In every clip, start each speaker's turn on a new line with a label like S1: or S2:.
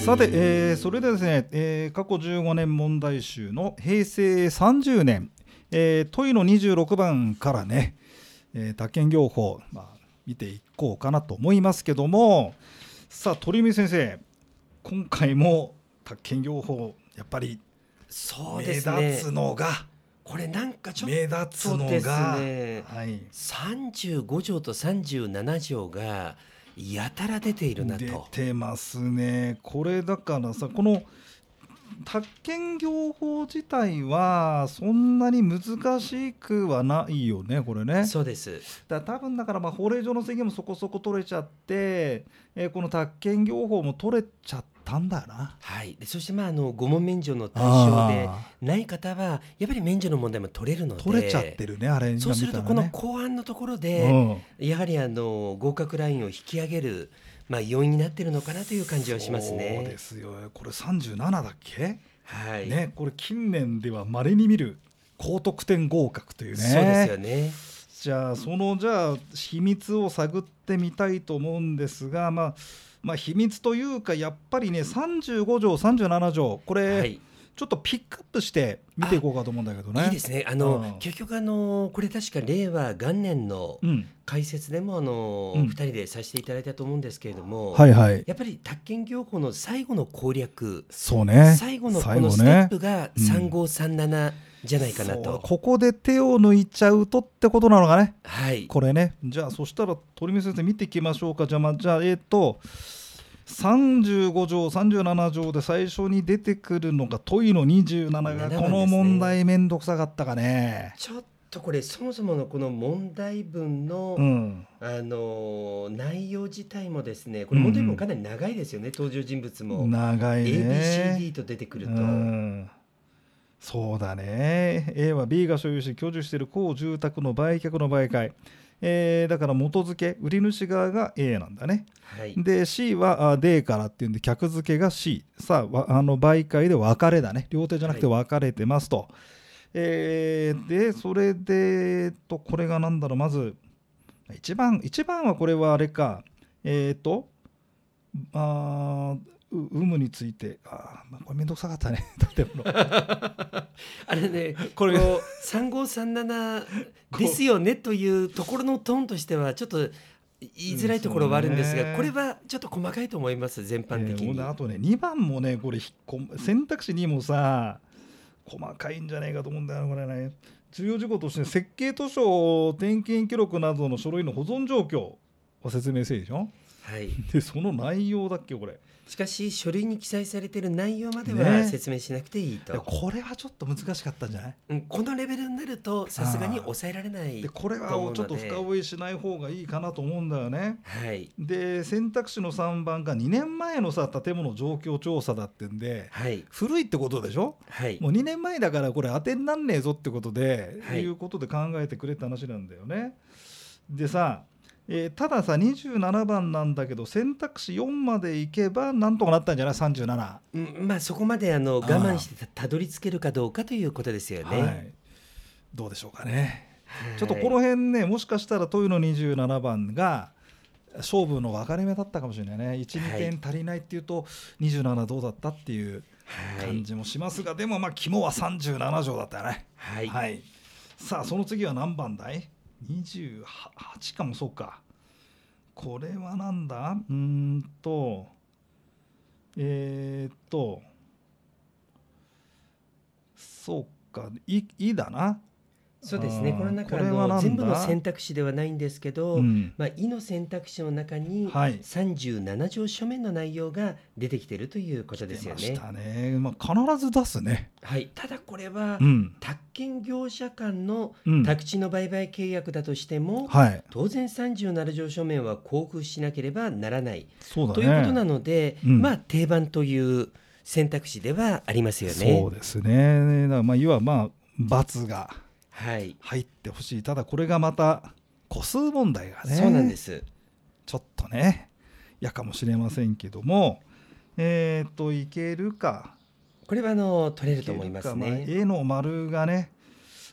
S1: さて、えー、それではですね、えー、過去15年問題集の平成30年、えー、問いの26番からね、えー、宅建業法、まあ、見ていこうかなと思いますけどもさあ鳥海先生今回も宅建業法やっぱり
S2: そう
S1: 目
S2: です
S1: 立
S2: ね
S1: つのが、
S2: これなんかちょっ
S1: 目立つの
S2: そうです
S1: が、
S2: ね
S1: はい、
S2: と35条と37条がやたら出ているな
S1: 出
S2: と
S1: てますねこれだからさこの宅建業法自体はそんなに難しくはないよねこれね
S2: そうです
S1: だ多分だからまあ法令上の制限もそこそこ取れちゃって、えーこの宅建業法も取れちゃったんだよな
S2: はいでそしてまああの5問免除の対象で
S1: あ
S2: ない方はやっぱり免除の問題も取れるの
S1: ー
S2: で
S1: 取れちゃってるねあれ
S2: そうすると
S1: 今
S2: こ
S1: 見たら
S2: の
S1: ね
S2: 後半のところ
S1: う
S2: で、
S1: ん
S2: やはりあの合格ラインを引き上げる、まあ、要因になってるのかなという感じはします
S1: そう
S2: ね
S1: で。すよこれ37だっけ、
S2: はい
S1: ねこれ近年ではまれに見る高得点合格というね
S2: そうですよね。
S1: じゃあそのじゃあ秘密を探ってみたいと思うんですが、まあ、まあ秘密というかやっぱりね35条37条これ、
S2: はい、
S1: ちょっとピックアップして見ていこうかと思うんだけどね。
S2: いいですね。あ
S1: う
S2: の
S1: ん
S2: 結局あのこれ確か令和元年の
S1: うん、
S2: 解説でもあの
S1: うん
S2: 二人でさせていただいたと思うんですけれども、
S1: はいはい
S2: やっぱり宅建業法の最後の攻略、
S1: そうね
S2: 最後のこ
S1: 最
S2: の
S1: 後
S2: ステッ
S1: ね
S2: プが
S1: うん
S2: 三五三七じゃないかな
S1: そう
S2: と。
S1: ここで手を抜いちゃうとってことなのかね
S2: はい。
S1: これねじゃあそしたら鳥海先生見ていきましょうかじゃあ,、まあじゃあえっ、と35条37条で最初に出てくるのが問いの27が、
S2: 27
S1: この問題めんどくさかったかね。
S2: ちょっとこれそもそものこの問題文の、
S1: うん、
S2: あのー内容自体もですねこれ
S1: うんうん
S2: 問題文かなり長いですよね、登場人物も、
S1: 長いね。
S2: ABCD と出てくる
S1: う
S2: と、
S1: んそうだね A は B が所有し居住している公住宅の売却の媒介、えーだから元付け売り主側が A なんだね。
S2: はい、
S1: で C はあ D からっていうんで客付けが C さあわあの媒介で別れだね両手じゃなくて別れてますと、えーでそれでえっとこれがなんだろうまず一番一番はこれはあれかえっ、とあーう有無についてあー、まあ、これめんどくさかったね 建物
S2: あれね
S1: こ
S2: こ
S1: れ
S2: れ三五 三七ですよねというところのトーンとしてはちょっと言いづらいところはあるんです
S1: うん
S2: が、
S1: そう
S2: こ
S1: ね
S2: れはちょっと細かいと思います全般的
S1: えーほん
S2: に、
S1: であとね2番もねこれひこ選択肢にもさ細かいんじゃないかと思うんだよなこれね重要事項として設計図書点検記録などの書類の保存状況を説明せいでしょ
S2: はい、
S1: でその内容だっけこれい
S2: しかし書類に記載されている内容までは
S1: ね
S2: 説明しなくていいと、
S1: やこれはちょっと難しかったんじゃない
S2: うんこのレベルになるとさすがに抑えられない
S1: でこれは
S2: と思う
S1: ちょ
S2: の
S1: っ
S2: で
S1: と深追いしない方がいいかなと思うんだよね
S2: はい
S1: で選択肢の3番が2年前のさ建物状況調査だってんで
S2: はい
S1: 古いってことでしょ
S2: はい
S1: もう2年前だからこれ当てになんねえぞってことで、、
S2: はいいう
S1: ことで考えてくれって話なんだよね。でさ、えーたださ27番なんだけど選択肢4までいけばなんとかなったんじゃない37、
S2: うんまあそこまであの
S1: あ
S2: 我
S1: ー
S2: 慢してたたどり着けるかどうかということですよね。
S1: はい、どうでしょうかね。
S2: はい
S1: ちょっとこの辺ねもしかしたら問いの27番が勝負の分かれ目だったかもしれないね12、
S2: はい
S1: 点足りないっていうと27どうだったっていう
S2: はい
S1: 感じもしますが、でもまあ肝は37条だったよね。
S2: はい、
S1: はい、さあその次は何番だい ?28 かもそうかこれはなんだうーんとえー、っとそうか「い」いだな、
S2: そうですね
S1: あー
S2: この中
S1: これは
S2: あ
S1: なんだ
S2: の全部の選択肢ではないんですけど、
S1: うん
S2: まあ、いの選択肢の中に
S1: はい
S2: 37条書面の内容が出てきているということですよ
S1: 出ま
S2: ね
S1: し。たね、まあ、必ず出すね
S2: はい、ただこれは、
S1: うん、
S2: 宅建業者間の
S1: うん、
S2: 宅地の売買契約だとしても、
S1: はい
S2: 当然37条書面は交付しなければならない
S1: そうだね
S2: ということなので、
S1: うん
S2: まあ定番という選択肢ではありますよ
S1: そ
S2: ね
S1: う。ですねだからまあいわばまあ罰が
S2: はい、
S1: 入ってほしいただこれがまた個数問題がね
S2: そうなんです。
S1: ちょっとねやかもしれませんけどもえっ、といけるか
S2: これはあの取れる
S1: け
S2: と思います
S1: まあ
S2: ね。
S1: 絵の丸がね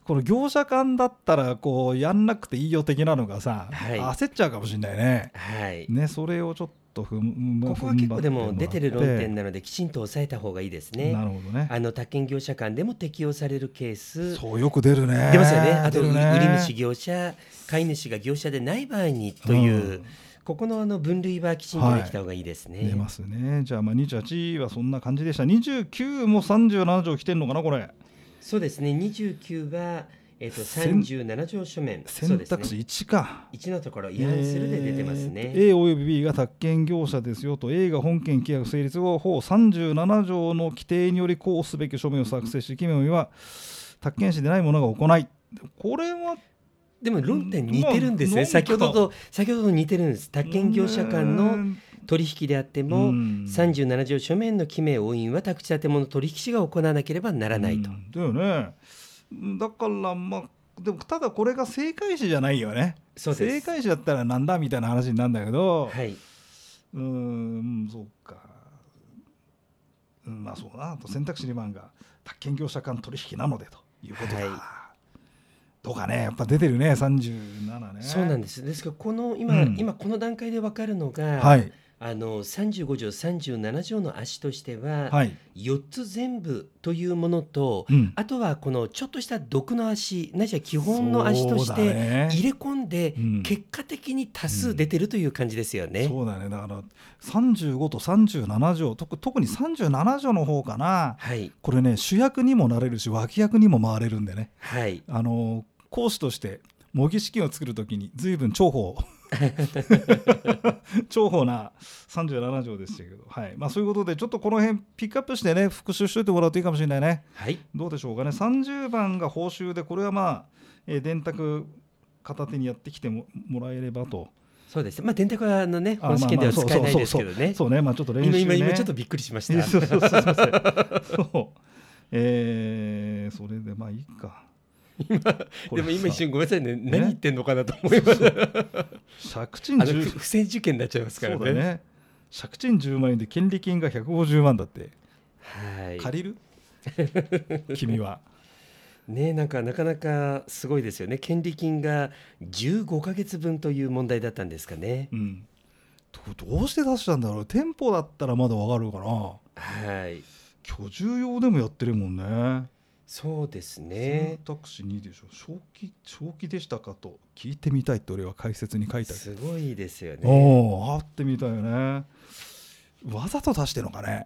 S1: この業者間だったらこうやんなくていいよ的なのがさ、
S2: はい
S1: 焦っちゃうかもしれないね。
S2: はい、
S1: ねそれをちょっと踏む
S2: ここは結構でも出てる論点
S1: ね。
S2: なのできちんと押さえた方がいいです
S1: な
S2: ね。
S1: るほどね。
S2: あの他県業者間でも適用されるケース
S1: そうよく出るね。
S2: 出ますよね。あと、
S1: 出る
S2: 売
S1: ね
S2: り主業者買い主が業者でない場合にとい
S1: う
S2: う、
S1: ん
S2: ここのあの分類はきちんとできた方がいいですね。
S1: 出ますね。じゃあまあ28はそんな感じでした。29も37条来てんのかなこれ。
S2: そうですね。29はえっ、と
S1: 選
S2: 37条書面そう
S1: 選
S2: ですね
S1: 択肢1か。
S2: 1のところ違反するで出てますね。
S1: えー A および B が宅建業者ですよと A が本件契約成立後法37条の規定によりこうすべき書面を作成し記名は宅建士でないものが行いこれは
S2: でも論点似てるんです
S1: ま
S2: ね。
S1: あ
S2: 先ほどと先ほどと似てるんです。他県業者間の取引であっても、
S1: うん
S2: 37条書面の記名押印は宅地建物取引士が行わなければならないと。
S1: うんだよねだからまあでもただこれが正解詞じゃないよね
S2: そうで
S1: 正
S2: す
S1: 解詞だったらなんだみたいな話になるんだけど、
S2: はい。
S1: うーんそうか、うん、まあそうなあと選択肢2番が宅建業者間取引なのでということだ、
S2: は
S1: どうかねやっぱ出てるね37ね
S2: そうなん
S1: で
S2: です。ですからこの今、
S1: うん
S2: 今この段階でわかるのが、
S1: はい
S2: あの35条37条の足としては、
S1: はい
S2: 4つ全部というものと、
S1: うん
S2: あとはこのちょっとした毒の足ないしは基本の足とし
S1: そうだ
S2: て
S1: ね
S2: 入れ込んで、
S1: うん
S2: 結果的に多数出てるという感じですよね。
S1: そうだねだから35と37条特特に37条の方かな
S2: はい
S1: これね主役にもなれるし脇役にも回れるんでね
S2: はい
S1: あの講師として模擬試験を作るときに随分重宝 重宝な37条でしたけど、はいまあ、そういうことでちょっとこの辺ピックアップしてね復習しといてもらうといいかもしれないね
S2: はい
S1: どうでしょうかね30番が報酬でこれはまあ、えー電卓片手にやってきてももらえればと
S2: そうですまあ電卓はあのね
S1: あ
S2: この試験では
S1: まあま
S2: 使
S1: あ
S2: えないですけどね。
S1: そうねまあちょっと練習
S2: 今
S1: ね
S2: 今今ちょっとびっくりしまし
S1: いや
S2: た。
S1: そうそうそうそうそうそうえーそれでまあいいかこ
S2: で
S1: れ
S2: も今
S1: さ
S2: 一瞬ごめんなさいね何言ってんのかなと思いました。あ
S1: 借金
S2: の
S1: 10
S2: ふ不正受験になっちゃいますから
S1: そうだ
S2: ね。
S1: ね借金10万円で権利金が150万だって、
S2: はい。
S1: 借りる 君は
S2: ねなんかなかなかすごいですよね権利金が15ヶ月分という問題だったんですかね
S1: うんどどうして出したんだろう店舗だったらまだわかるかな
S2: はい
S1: 居住用でもやってるもんね、
S2: そうですね
S1: 選択肢2でしょ正気正気でしたかと聞いてみたいって俺は解説に書いてある
S2: すごいですよね
S1: おお会ってみたいよねわざと出してるのか ね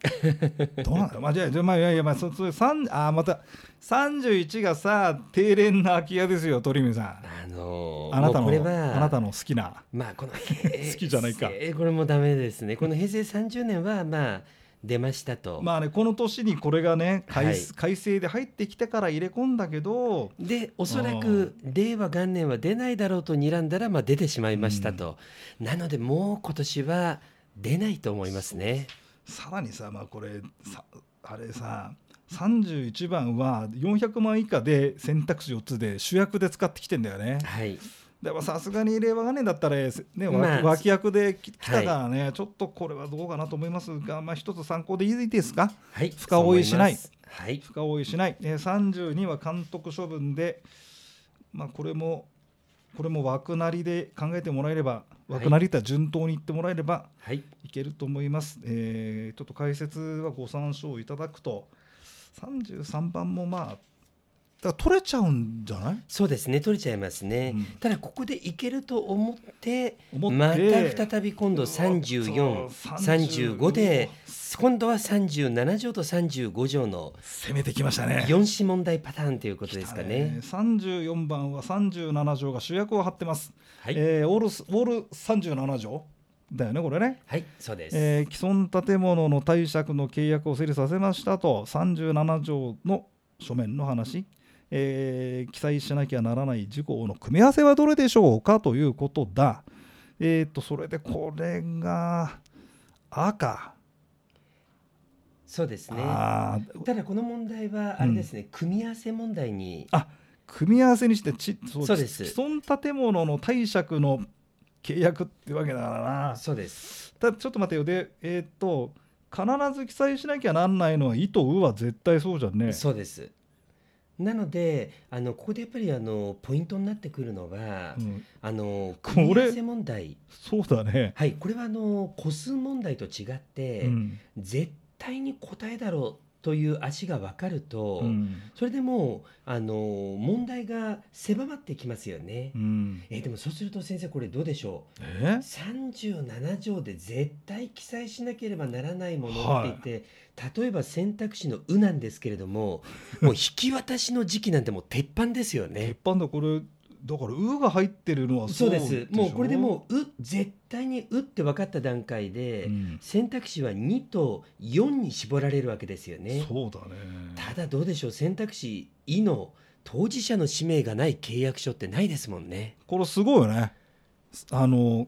S1: どうなんだろうまあじゃあじゃあまあいやいやまあそそ三あーまた31がさ定連な空き家ですよ鳥海さん
S2: あのー
S1: あなた
S2: も
S1: の
S2: うこれは
S1: あなたの好きな
S2: まあ この
S1: 好きじゃないか
S2: えーこれもダメですねこの平成30年はまあ出ましたと、
S1: まあねこの年にこれがね改,、
S2: はい
S1: 改正で入ってきてから入れ込んだけど
S2: でおそらく令和元年は出ないだろうと睨んだらまあ出てしまいましたと、なのでもう今年は出ないと思いますね
S1: さらにさまあこれさあれさ31番は400万以下で選択肢4つで主役で使ってきてんだよね。
S2: はい
S1: でもさすがに令和元年だったら、ねわ
S2: まあ
S1: 脇役でき来たからね、ちょっとこれはどうかなと思いますが、まあ、一つ参考でいいですか
S2: はい
S1: 深追いしない
S2: そう思ますはい
S1: 深追いしない、えー、32は監督処分で、まあ、これもこれも枠なりで考えてもらえれば
S2: い
S1: 枠なりとは順当にいってもらえれば
S2: はい
S1: いけると思います、えーちょっと解説はご参照いただくと33番もまあだから取れちゃうんじゃない
S2: そうですね取れちゃいますね、
S1: うん
S2: ただここでいけると思って
S1: 思って
S2: また再び今度
S1: そう
S2: 3435で今度は37条と35条の
S1: 攻めてきましたね
S2: 4子問題パターンということですかね。
S1: 34番は37条が主役を張ってます、
S2: はい、
S1: えーオールスオール37条だよねこれね
S2: はい、そうです、
S1: えー既存建物の貸借の契約を成立させましたと37条の書面の話、えー記載しなきゃならない事項の組み合わせはどれでしょうかということだ、えー、とそれでこれが赤、
S2: そうですね。
S1: あー
S2: ただこの問題はあれですね、組み合わせ問題に
S1: あ組み合わせにしてちそ
S2: そうです
S1: 既存建物の貸借の契約ってわけだからな
S2: そうです。
S1: ただちょっと待ってよでえーっと必ず記載しなきゃなんないのは「い」と「う」は絶対そうじゃんね
S2: そうです。なのであのここでやっぱりあのポイントになってくるのが、
S1: うん
S2: あの
S1: これ
S2: 組み合わせ問題
S1: そうだね、
S2: はいこれはあの個数問題と違って、
S1: うん
S2: 絶対に答えだろうという足が分かると、
S1: うん
S2: それでもうあの問題が狭まってきますよね。
S1: うん
S2: えーでもそうすると先生これどうでしょう
S1: え
S2: 37条で絶対記載しなければならないもの
S1: は
S2: っ
S1: い
S2: て言って、例えば選択肢の「う」なんですけれどももう引き渡しの時期なんてもう鉄板ですよ
S1: 鉄
S2: ね。
S1: 板だこれだから「う」が入ってるのは
S2: そ
S1: そうう
S2: で
S1: しょ
S2: すもうこれでもう「う」絶対に「う」って分かった段階で、
S1: うん
S2: 選択肢は2と4に絞られるわけですよね。
S1: そうだね
S2: ただどうでしょう選択肢「い」の当事者の氏名がない契約書ってないですもんね。
S1: これすごいよねあの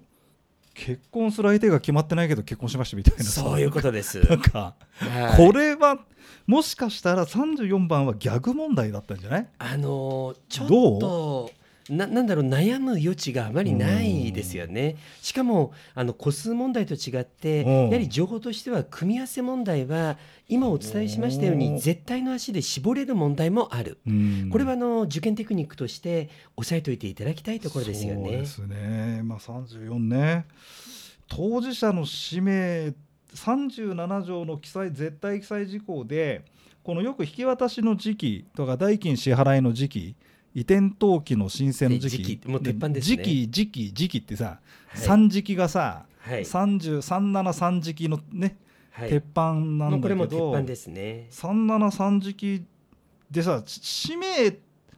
S1: 結婚する相手が決まってないけど結婚しましたみたいなさ
S2: そういうこ とです。
S1: なんか、
S2: はい
S1: これはもしかしたら34番はギャグ問題だったんじゃない
S2: あのーちょっ
S1: ど
S2: とななんだろう悩む余地があまりないですよね。しかもあの個数問題と違って
S1: うん
S2: やはり情報としては組み合わせ問題は今お伝えしましたよう
S1: お
S2: に
S1: ー
S2: 絶対の足で絞れる問題もある。
S1: うん
S2: これはあの受験テクニックとして押さえておいていただきたいところですよ
S1: そう
S2: ね
S1: で。すね。まあ三十四ね。当事者の氏名三十七条の記載絶対記載事項で、このよく引き渡しの時期とか代金支払いの時期、移転登記の申請の時期、
S2: で時期もう鉄板ですね
S1: 時期時期時期ってさ、
S2: い
S1: 三時期がさ、
S2: はい。
S1: 三十三七三時期のね、
S2: はい。
S1: 鉄板な
S2: もうんこ
S1: だけ
S2: れも鉄
S1: ど
S2: 板、ですね。
S1: 三七三時期でさし氏名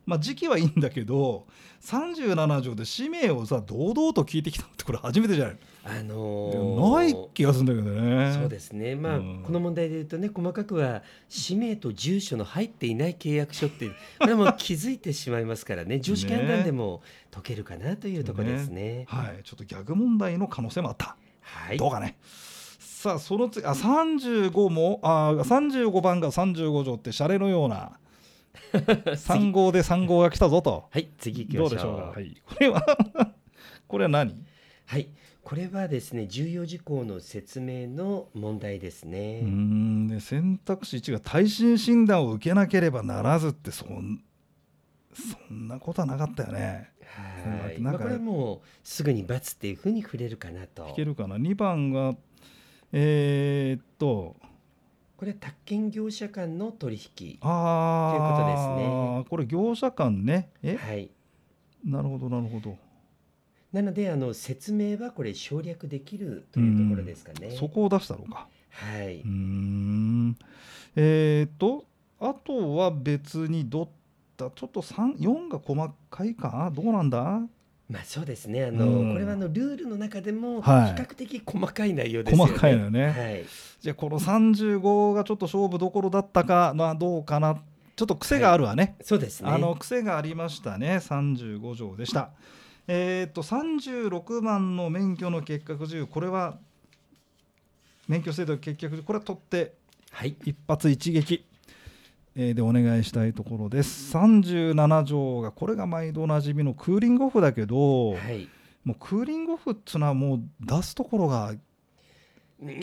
S1: まあ時期はいいんだけど37条で氏名をさ堂々と聞いてきたのってこれ初めてじゃない
S2: あのー
S1: ない気がするんだけどね
S2: そうですね、まあ、
S1: うん
S2: この問題で言うとね、細かくは氏名と住所の入っていない契約書って、これもう気づいてしまいますからね、常識判断でも解けるかなというところですね。
S1: はいちょっとギャグ問題の可能性もあった、
S2: はい、
S1: どうかねさあその次あ35もあ35番が35条ってシャレのよう な3号で3号が来たぞと
S2: はい、次行き
S1: ど
S2: ま
S1: うで
S2: しょう
S1: しょうか、はい、これはこれは何、
S2: はい、これはですね、重要事項の説明の問題ですね。
S1: うーんで選択肢1が耐震診断を受けなければならずってそんそんなことはなかったよね。
S2: はい、
S1: な
S2: ま
S1: ん
S2: あ、
S1: か
S2: これはもうすぐに罰っていうふうに触れるかなと
S1: 聞。けるかな2番がえー、っと
S2: これは宅建業者間の取引。
S1: ああ
S2: ということです
S1: これ業者間ねえ
S2: はい。
S1: なるほどなるほど、
S2: なのであの説明はこれ省略できるというところですかね。
S1: そこを出したのか。
S2: は
S1: う
S2: い
S1: ー。んえー、っとあとは別にどったちょっと三4が細かいかどうなんだ
S2: まあそうですね。あの、
S1: うん
S2: これはあのルールの中でも比
S1: はい
S2: 較的細かい内容ですよね。
S1: 細かいのよね。
S2: はい。
S1: じゃあこの35がちょっと勝負どころだったかなどうかなちょっと癖があるわね,、
S2: そうですね。
S1: あの癖がありましたね35条でしたえーっと36番の免許の欠格自由これは免許制度欠格自由これは取って
S2: はい。
S1: 一発一撃えーでお願いしたいところです37条がこれが毎度おなじみのクーリングオフだけど、
S2: はい。
S1: もうクーリングオフっつうのはもう出すところが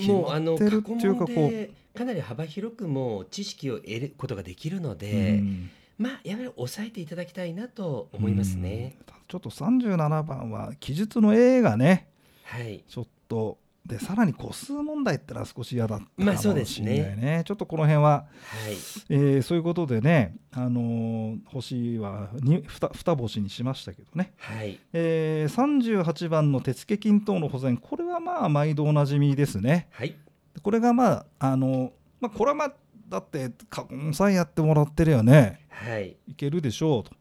S2: もうあの
S1: 決まってる
S2: 過
S1: っ
S2: 去
S1: ていうか
S2: 問でかなり幅広くもう知識を得ることができるので、
S1: うん
S2: まあやはり抑えていただきたいなと思いますね。
S1: うん。ちょっと37番は記述の A がね
S2: はい。
S1: ちょっとでさらに個数問題ってのは少し嫌だったか
S2: ま
S1: も
S2: あ
S1: し
S2: そ
S1: れ
S2: う
S1: ない
S2: ですね
S1: ね,、ちょっとこの辺は、
S2: はい。
S1: えーそういうことでね、あのー星は 2, 二星にしましたけどね、
S2: はい。
S1: えー38番の手付金等の保全これはまあ毎度おなじみですね
S2: はい。
S1: これがまああのまあこれはまあだって過去さえやってもらってるよね
S2: はい。
S1: いけるでしょうと。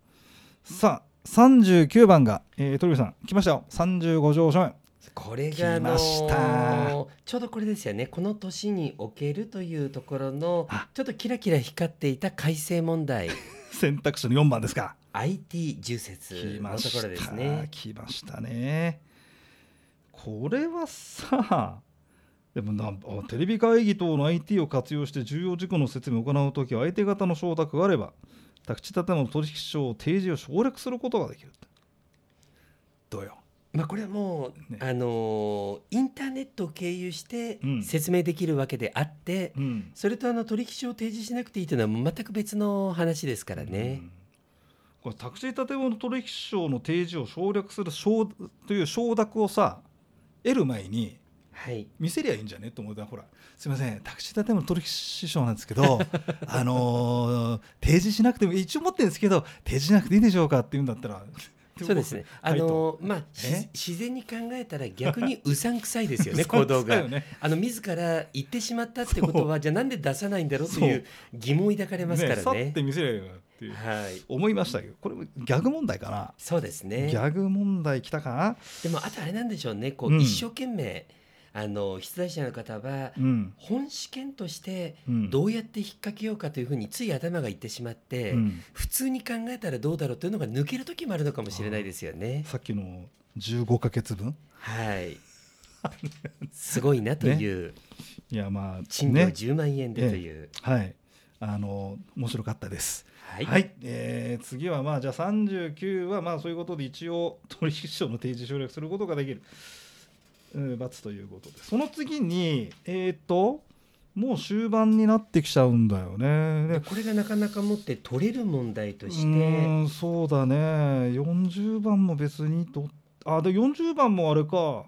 S1: さあ、39番が、えー、鳥海さん、来ましたよ。35条書面。
S2: これが、あ
S1: 来
S2: の
S1: ました
S2: ちょうどこれですよねこの年におけるというところの
S1: あ
S2: ちょっとキラキラ光っていた改正問題
S1: 選択肢の4番ですか。
S2: IT 重説
S1: 来
S2: の
S1: ま
S2: と
S1: し
S2: こ
S1: た。
S2: ろですね。
S1: 来ましたね。これはさ、でもなんあテレビ会議等の IT を活用して重要事項の説明を行うときは相手方の承諾があれば宅地建物取引所を提示を省略することができるどうよ
S2: まあ、これはもう、
S1: ね
S2: あのーインターネットを経由して
S1: うん
S2: 説明できるわけであって、
S1: うん
S2: それとあの取引書を提示しなくていいというのは全く別の話ですからね
S1: う。んこれタクシー建物取引証の提示を省略する承という承諾をさ得る前に
S2: はい、
S1: 見せりゃいいんじゃねと思ったらほらすいませんタクシー建物取引証なんですけ どあのー提示しなくても一応持ってるんですけど提示しなくていいでしょうかって言うんだったら
S2: そうで すね。あ
S1: はいと
S2: のーまあし
S1: え
S2: 自然に考えたら逆にうさんくさいですよね
S1: うさん
S2: 行
S1: く
S2: 動
S1: さい
S2: が
S1: よ。ね
S2: あの自ら言ってしまったってことはじゃあなんで出さないんだろうという疑問を抱かれますか
S1: ねさ
S2: らね。
S1: って見せりゃいいよっていう
S2: はい。
S1: 思いましたけどこれもギャグ問題かな、
S2: そうですね
S1: ギ。ャグ問題きたか
S2: でもあとあれなんでしょうね。こ
S1: う
S2: うん一生懸命、あの出題者の方は
S1: うん
S2: 本試験として
S1: うん
S2: どうやって引っ掛けようかというふうについ頭がいってしまって、
S1: うん
S2: 普通に考えたらどうだろうというのが抜ける時もあるのかもしれないですよ ね。
S1: さっきの15か月分
S2: はい。 すごいなという、
S1: いやまあ
S2: 賃料
S1: ね
S2: 10万円でという。
S1: はいあの面白かったです
S2: は
S1: はい、
S2: い。
S1: えー次はまあじゃあ39はまあそういうことで一応取引所の提示省略することができる、うん、×ということでその次にえっ、ともう終盤になってきちゃうんだよねで
S2: でこれがなかなか持って取れる問題とし
S1: う
S2: て、
S1: ーんそうだね40番も別にとあで40番もあれか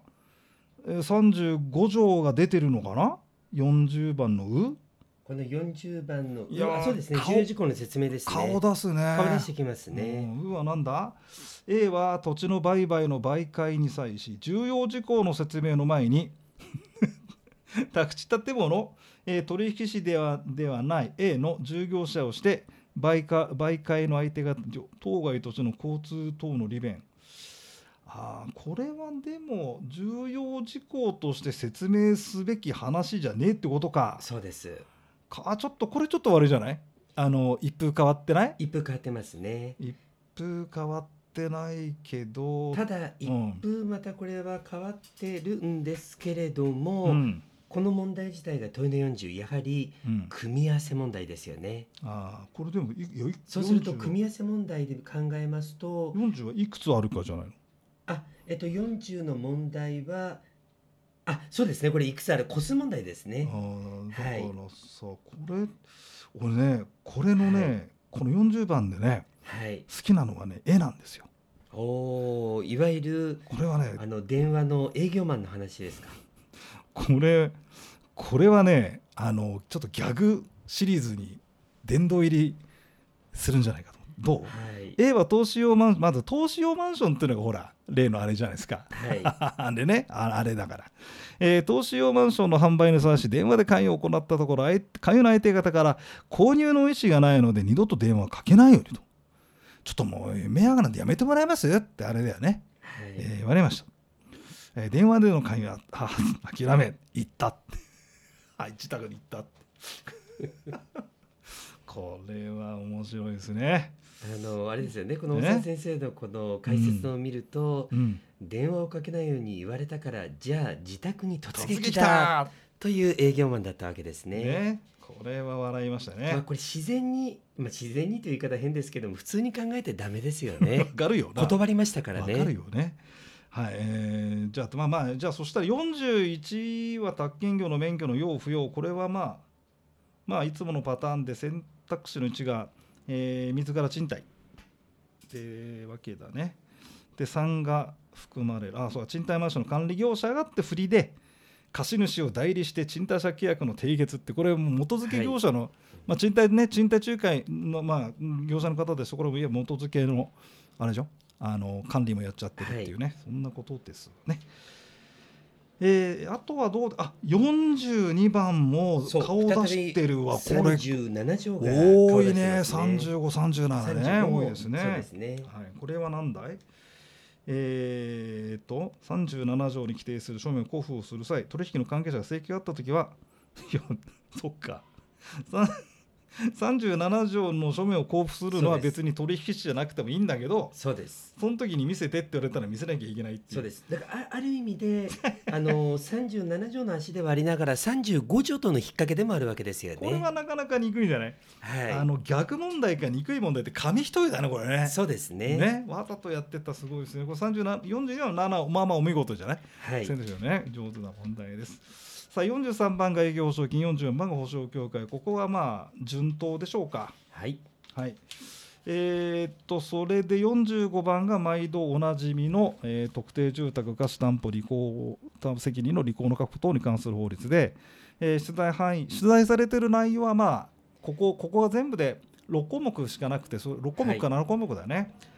S1: えー35条が出てるのかな40番のう
S2: この40番の、
S1: いやー
S2: あそうですね、
S1: 顔
S2: 重要事項の説明ですね。
S1: 顔出すね
S2: 顔出してきますね。
S1: うんうわなんだ A は土地の売買の媒介に際し重要事項の説明の前に 宅地建物、えー取引士ではではない A の従業者をして売買売買の相手がじょ当該土地の交通等の利便あーこれはでも重要事項として説明すべき話じゃねえってことか
S2: そうです。
S1: かちょっとこれちょっと悪いじゃないあの一風変わってない
S2: 一風変わってますね。
S1: 一風変わってないけど
S2: ただ、一
S1: うん
S2: 風またこれは変わってるんですけれども、
S1: うん
S2: この問題自体が問いの40、やはり
S1: うん、
S2: 組み合わせ問題ですよね。
S1: ああこれでもいいやい
S2: そうすると、
S1: 40は
S2: 組み合わせ問題で考えますと、
S1: 40はいくつあるかじゃないの
S2: あ、えっと、40の問題は、あ、そうですね、これいくつある個数問題ですね。
S1: ああだから
S2: はい
S1: さ、これ俺ねこれのね、
S2: はい
S1: この40番でね
S2: はい。
S1: 好きなのはね絵なんですよ
S2: おお、いわゆる
S1: これはね
S2: あの電話の営業マンの話ですか。
S1: これこれはねあのちょっとギャグシリーズに殿堂入りするんじゃないかとどう
S2: はい。
S1: A は投資用マンまず投資用マンションっていうのがほら例のあれじゃないですか
S2: はい。
S1: あれねああれだから、えー投資用マンションの販売に際し電話で勧誘を行ったところあい勧誘の相手方から購入の意思がないので二度と電話をかけないようにとちょっともうえー迷惑なんてやめてもらえますってあれだよね、
S2: はい
S1: えー言われました、えー電話での勧誘はは 諦め行ったって はい自宅に行ったって これは面白いですね、
S2: あのあれですよね。この
S1: ね
S2: 大沢先生のこの解説を見ると、
S1: うん、
S2: 電話をかけないように言われたから、じゃあ自宅に突撃だという営業マンだったわけですね。
S1: ねこれは笑いました
S2: まあ
S1: ね
S2: これ自然に、まあ自然にという言い方変ですけども、普通に考えてダメですよ
S1: 。
S2: ね
S1: わかるよな
S2: 断りましたからね。
S1: わかるよね。はい、えーじゃあまあまあじゃあそしたら41は宅建業の免許の要不要これはまあまあいつものパターンで選択肢の1が、えー自ら賃貸ってわけだね。で3が含まれるあそうだ賃貸マンションの管理業者があって振りで貸主を代理して賃貸借契約の締結ってこれもう元付け業者の、まあ、賃貸ね賃貸仲介の、まあ、業者の方ですとこれもいえ元付けのあれでしょあの管理もやっちゃってるっていうね、そんなことですよね。えーあとはどうだあ42番も
S2: そう
S1: 顔出してるわこれ
S2: 三十七条が
S1: 多い
S2: 顔出して
S1: ね
S2: ます
S1: 3537ね
S2: 35も
S1: 多いですね
S2: そうですね。
S1: はい、これは何だいえー、と37条に規定する書面を交付を する際取引の関係者が請求があった時はいやそっかさん37条の書面を交付するのは
S2: そうです
S1: 別に取引士じゃなくてもいいんだけど
S2: そうです
S1: その時に見せてって言われたら見せなきゃいけないっていう
S2: そうですだからあある意味であの37条の足で割りながら35条との引っ掛けでもあるわけですよね。
S1: これはなかなか憎いんじゃない、
S2: はい、
S1: あの逆問題か憎い問題って紙一重だねこれね
S2: そうですね
S1: ねわざとやってったすごいですねこれ37 44の7まあまあお見事じゃない
S2: はい
S1: 先生ですよね上手な問題ですさあ43番が営業保証金44番が保証協会ここはまあ順当でしょうか
S2: はい
S1: はいえーっとそれで45番が毎度おなじみの、えー特定住宅貸し担保履行責任の履行の確保等に関する法律で、えー取材範囲取材されてる内容はまあここここは全部で6項目しかなくてそ6項目か7項目だね、えー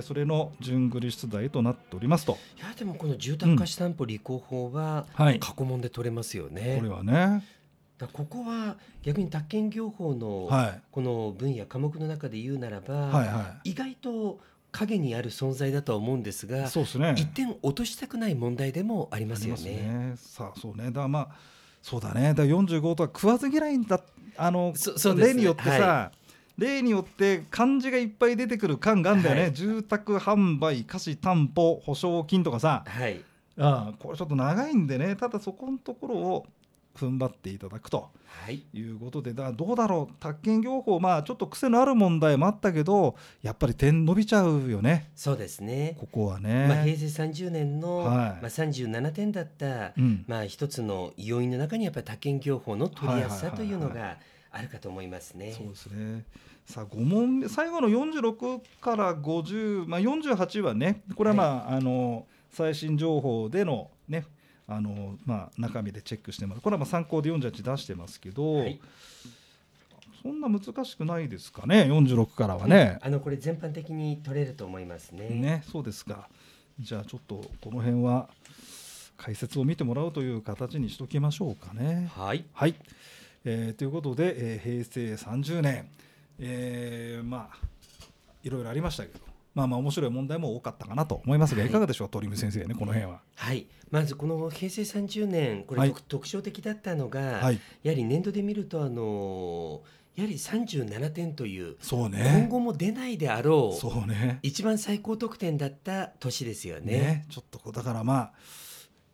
S1: それの順繰り出題となっておりますと、
S2: いやでもこの住宅貸し担保履行法は
S1: はい
S2: 過去問で取れますよね、
S1: これはね
S2: だからここは逆に宅建業法の
S1: は
S2: この分野科目の中で言うならば、
S1: いはいは
S2: 意外と影にある存在だとは思うんです
S1: い
S2: が
S1: そうですね
S2: 一点落としたくない問題でもありますよね。
S1: ありますねさあそうねだからまあそうだねだから45とは食わず嫌いんだあの、
S2: そそうです
S1: 例によってさ、
S2: は
S1: 例によって漢字がいっぱい出てくる感があるんだよね、
S2: はい
S1: 住宅販売貸し担保保証金とかさ
S2: はい
S1: ああこれちょっと長いんでねただそこのところを踏ん張っていただくと
S2: はい
S1: いうことでだからどうだろう宅建業法まあちょっと癖のある問題もあったけどやっぱり点伸びちゃうよね
S2: そうですね。
S1: ここはね。
S2: まあ、平成30年の、
S1: はい
S2: まあ、37点だった、
S1: うん
S2: まあ、一つの要因の中にやっぱり他県業法の取りやすさ
S1: はい
S2: と
S1: はい
S2: い
S1: はいうはい
S2: のがあるかと思いますね。
S1: そうですね。さあ五問目最後の46から50、まあ48はね、これはまあ、あの最新情報でのね、あのまあ中身でチェックしてます。これはまあ参考で48出してますけど、
S2: はい
S1: そんな難しくないですかね。46からはね。
S2: あのこれ全般的に取れると思いますね。
S1: ね、そうですか。じゃあちょっとこの辺は解説を見てもらうという形にしときましょうかね。
S2: はい
S1: はい、えーということで、えー平成30年、えーまあいろいろありましたけど、まあまあ面白い問題も多かったかなと思いますが、いかがでしょう、鳥海先生ね、この辺は。
S2: はい、まずこの平成30年これ、
S1: はい
S2: 特特徴的だったのが、
S1: はい、
S2: やはり年度で見るとあのやはり37点という
S1: そう
S2: 今
S1: ね、
S2: 後も出ないであろう
S1: そうね、
S2: 一番最高得点だった年ですよね。
S1: ね、ちょっとこうだからまあ。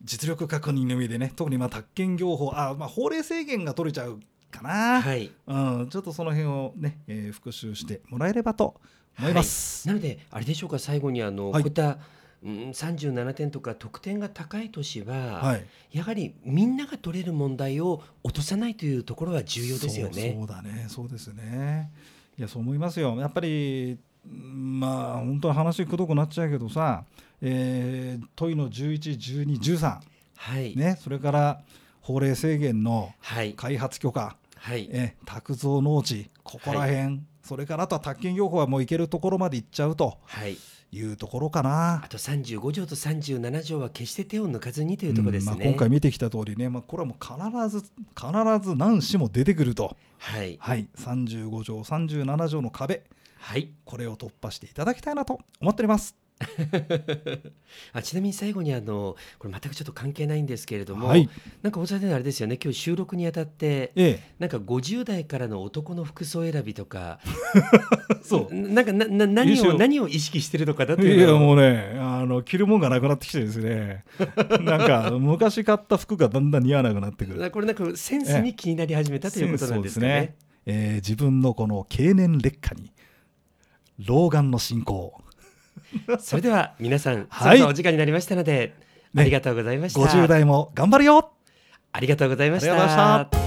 S1: 実力確認の意味でね特にまあ宅建業法あ、まあ、法令制限が取れちゃうかな、
S2: はい、
S1: うん、ちょっとその辺をね、えー復習してもらえればと思います。
S2: なのであれでしょうか最後にあの、
S1: はい
S2: こういった、うん、37点とか得点が高い年は、
S1: はい
S2: やはりみんなが取れる問題を落とさないというところは重要ですよ
S1: そう
S2: ね。
S1: そうだね、そうですね。いや、そう思いますよ。やっぱり、うんまあ、本当は話くどくなっちゃうけどさ。えー、問いの11、12、13、
S2: はい、
S1: ね、それから法令制限の
S2: はい、
S1: 開発許可。
S2: はい、
S1: えー、宅造農地、ここら辺、それからあとは宅建業法はもう行けるところまで行っちゃうと
S2: はい、
S1: いうところかな
S2: あ。と35条と37条は決して手を抜かずにというところですね。
S1: うんまあ、今回見てきた通りね、まあ、これはもう必ず必ず何子も出てくると、
S2: はい、
S1: はい、35条37条の壁
S2: はい、
S1: これを突破していただきたいなと思っております。
S2: あちなみに最後にあのこれ全くちょっと関係ないんですけれども、
S1: はい
S2: なんか大沢さんあれですよね今日収録にあたって
S1: え
S2: なんか50代からの男の服装選びとか
S1: え、 そ
S2: ななんかなな何
S1: 一緒
S2: を何を意識してるのかだって
S1: い
S2: いう
S1: や
S2: のを
S1: もうねあの着るもんがなくなってきてです ねなんか昔買った服がだんだん似合わなくなってくる。
S2: これなんかセンスに気になり始めたということなんですか
S1: そうで
S2: ね。
S1: すえー自分のこの経年劣化に老眼の進行
S2: それでは皆さん、
S1: はい
S2: そろそろお時間になりましたので、
S1: ね
S2: ありがとうございました。
S1: 50代も頑張るよ
S2: ありがとうございまし
S1: ありがとうございま
S2: た。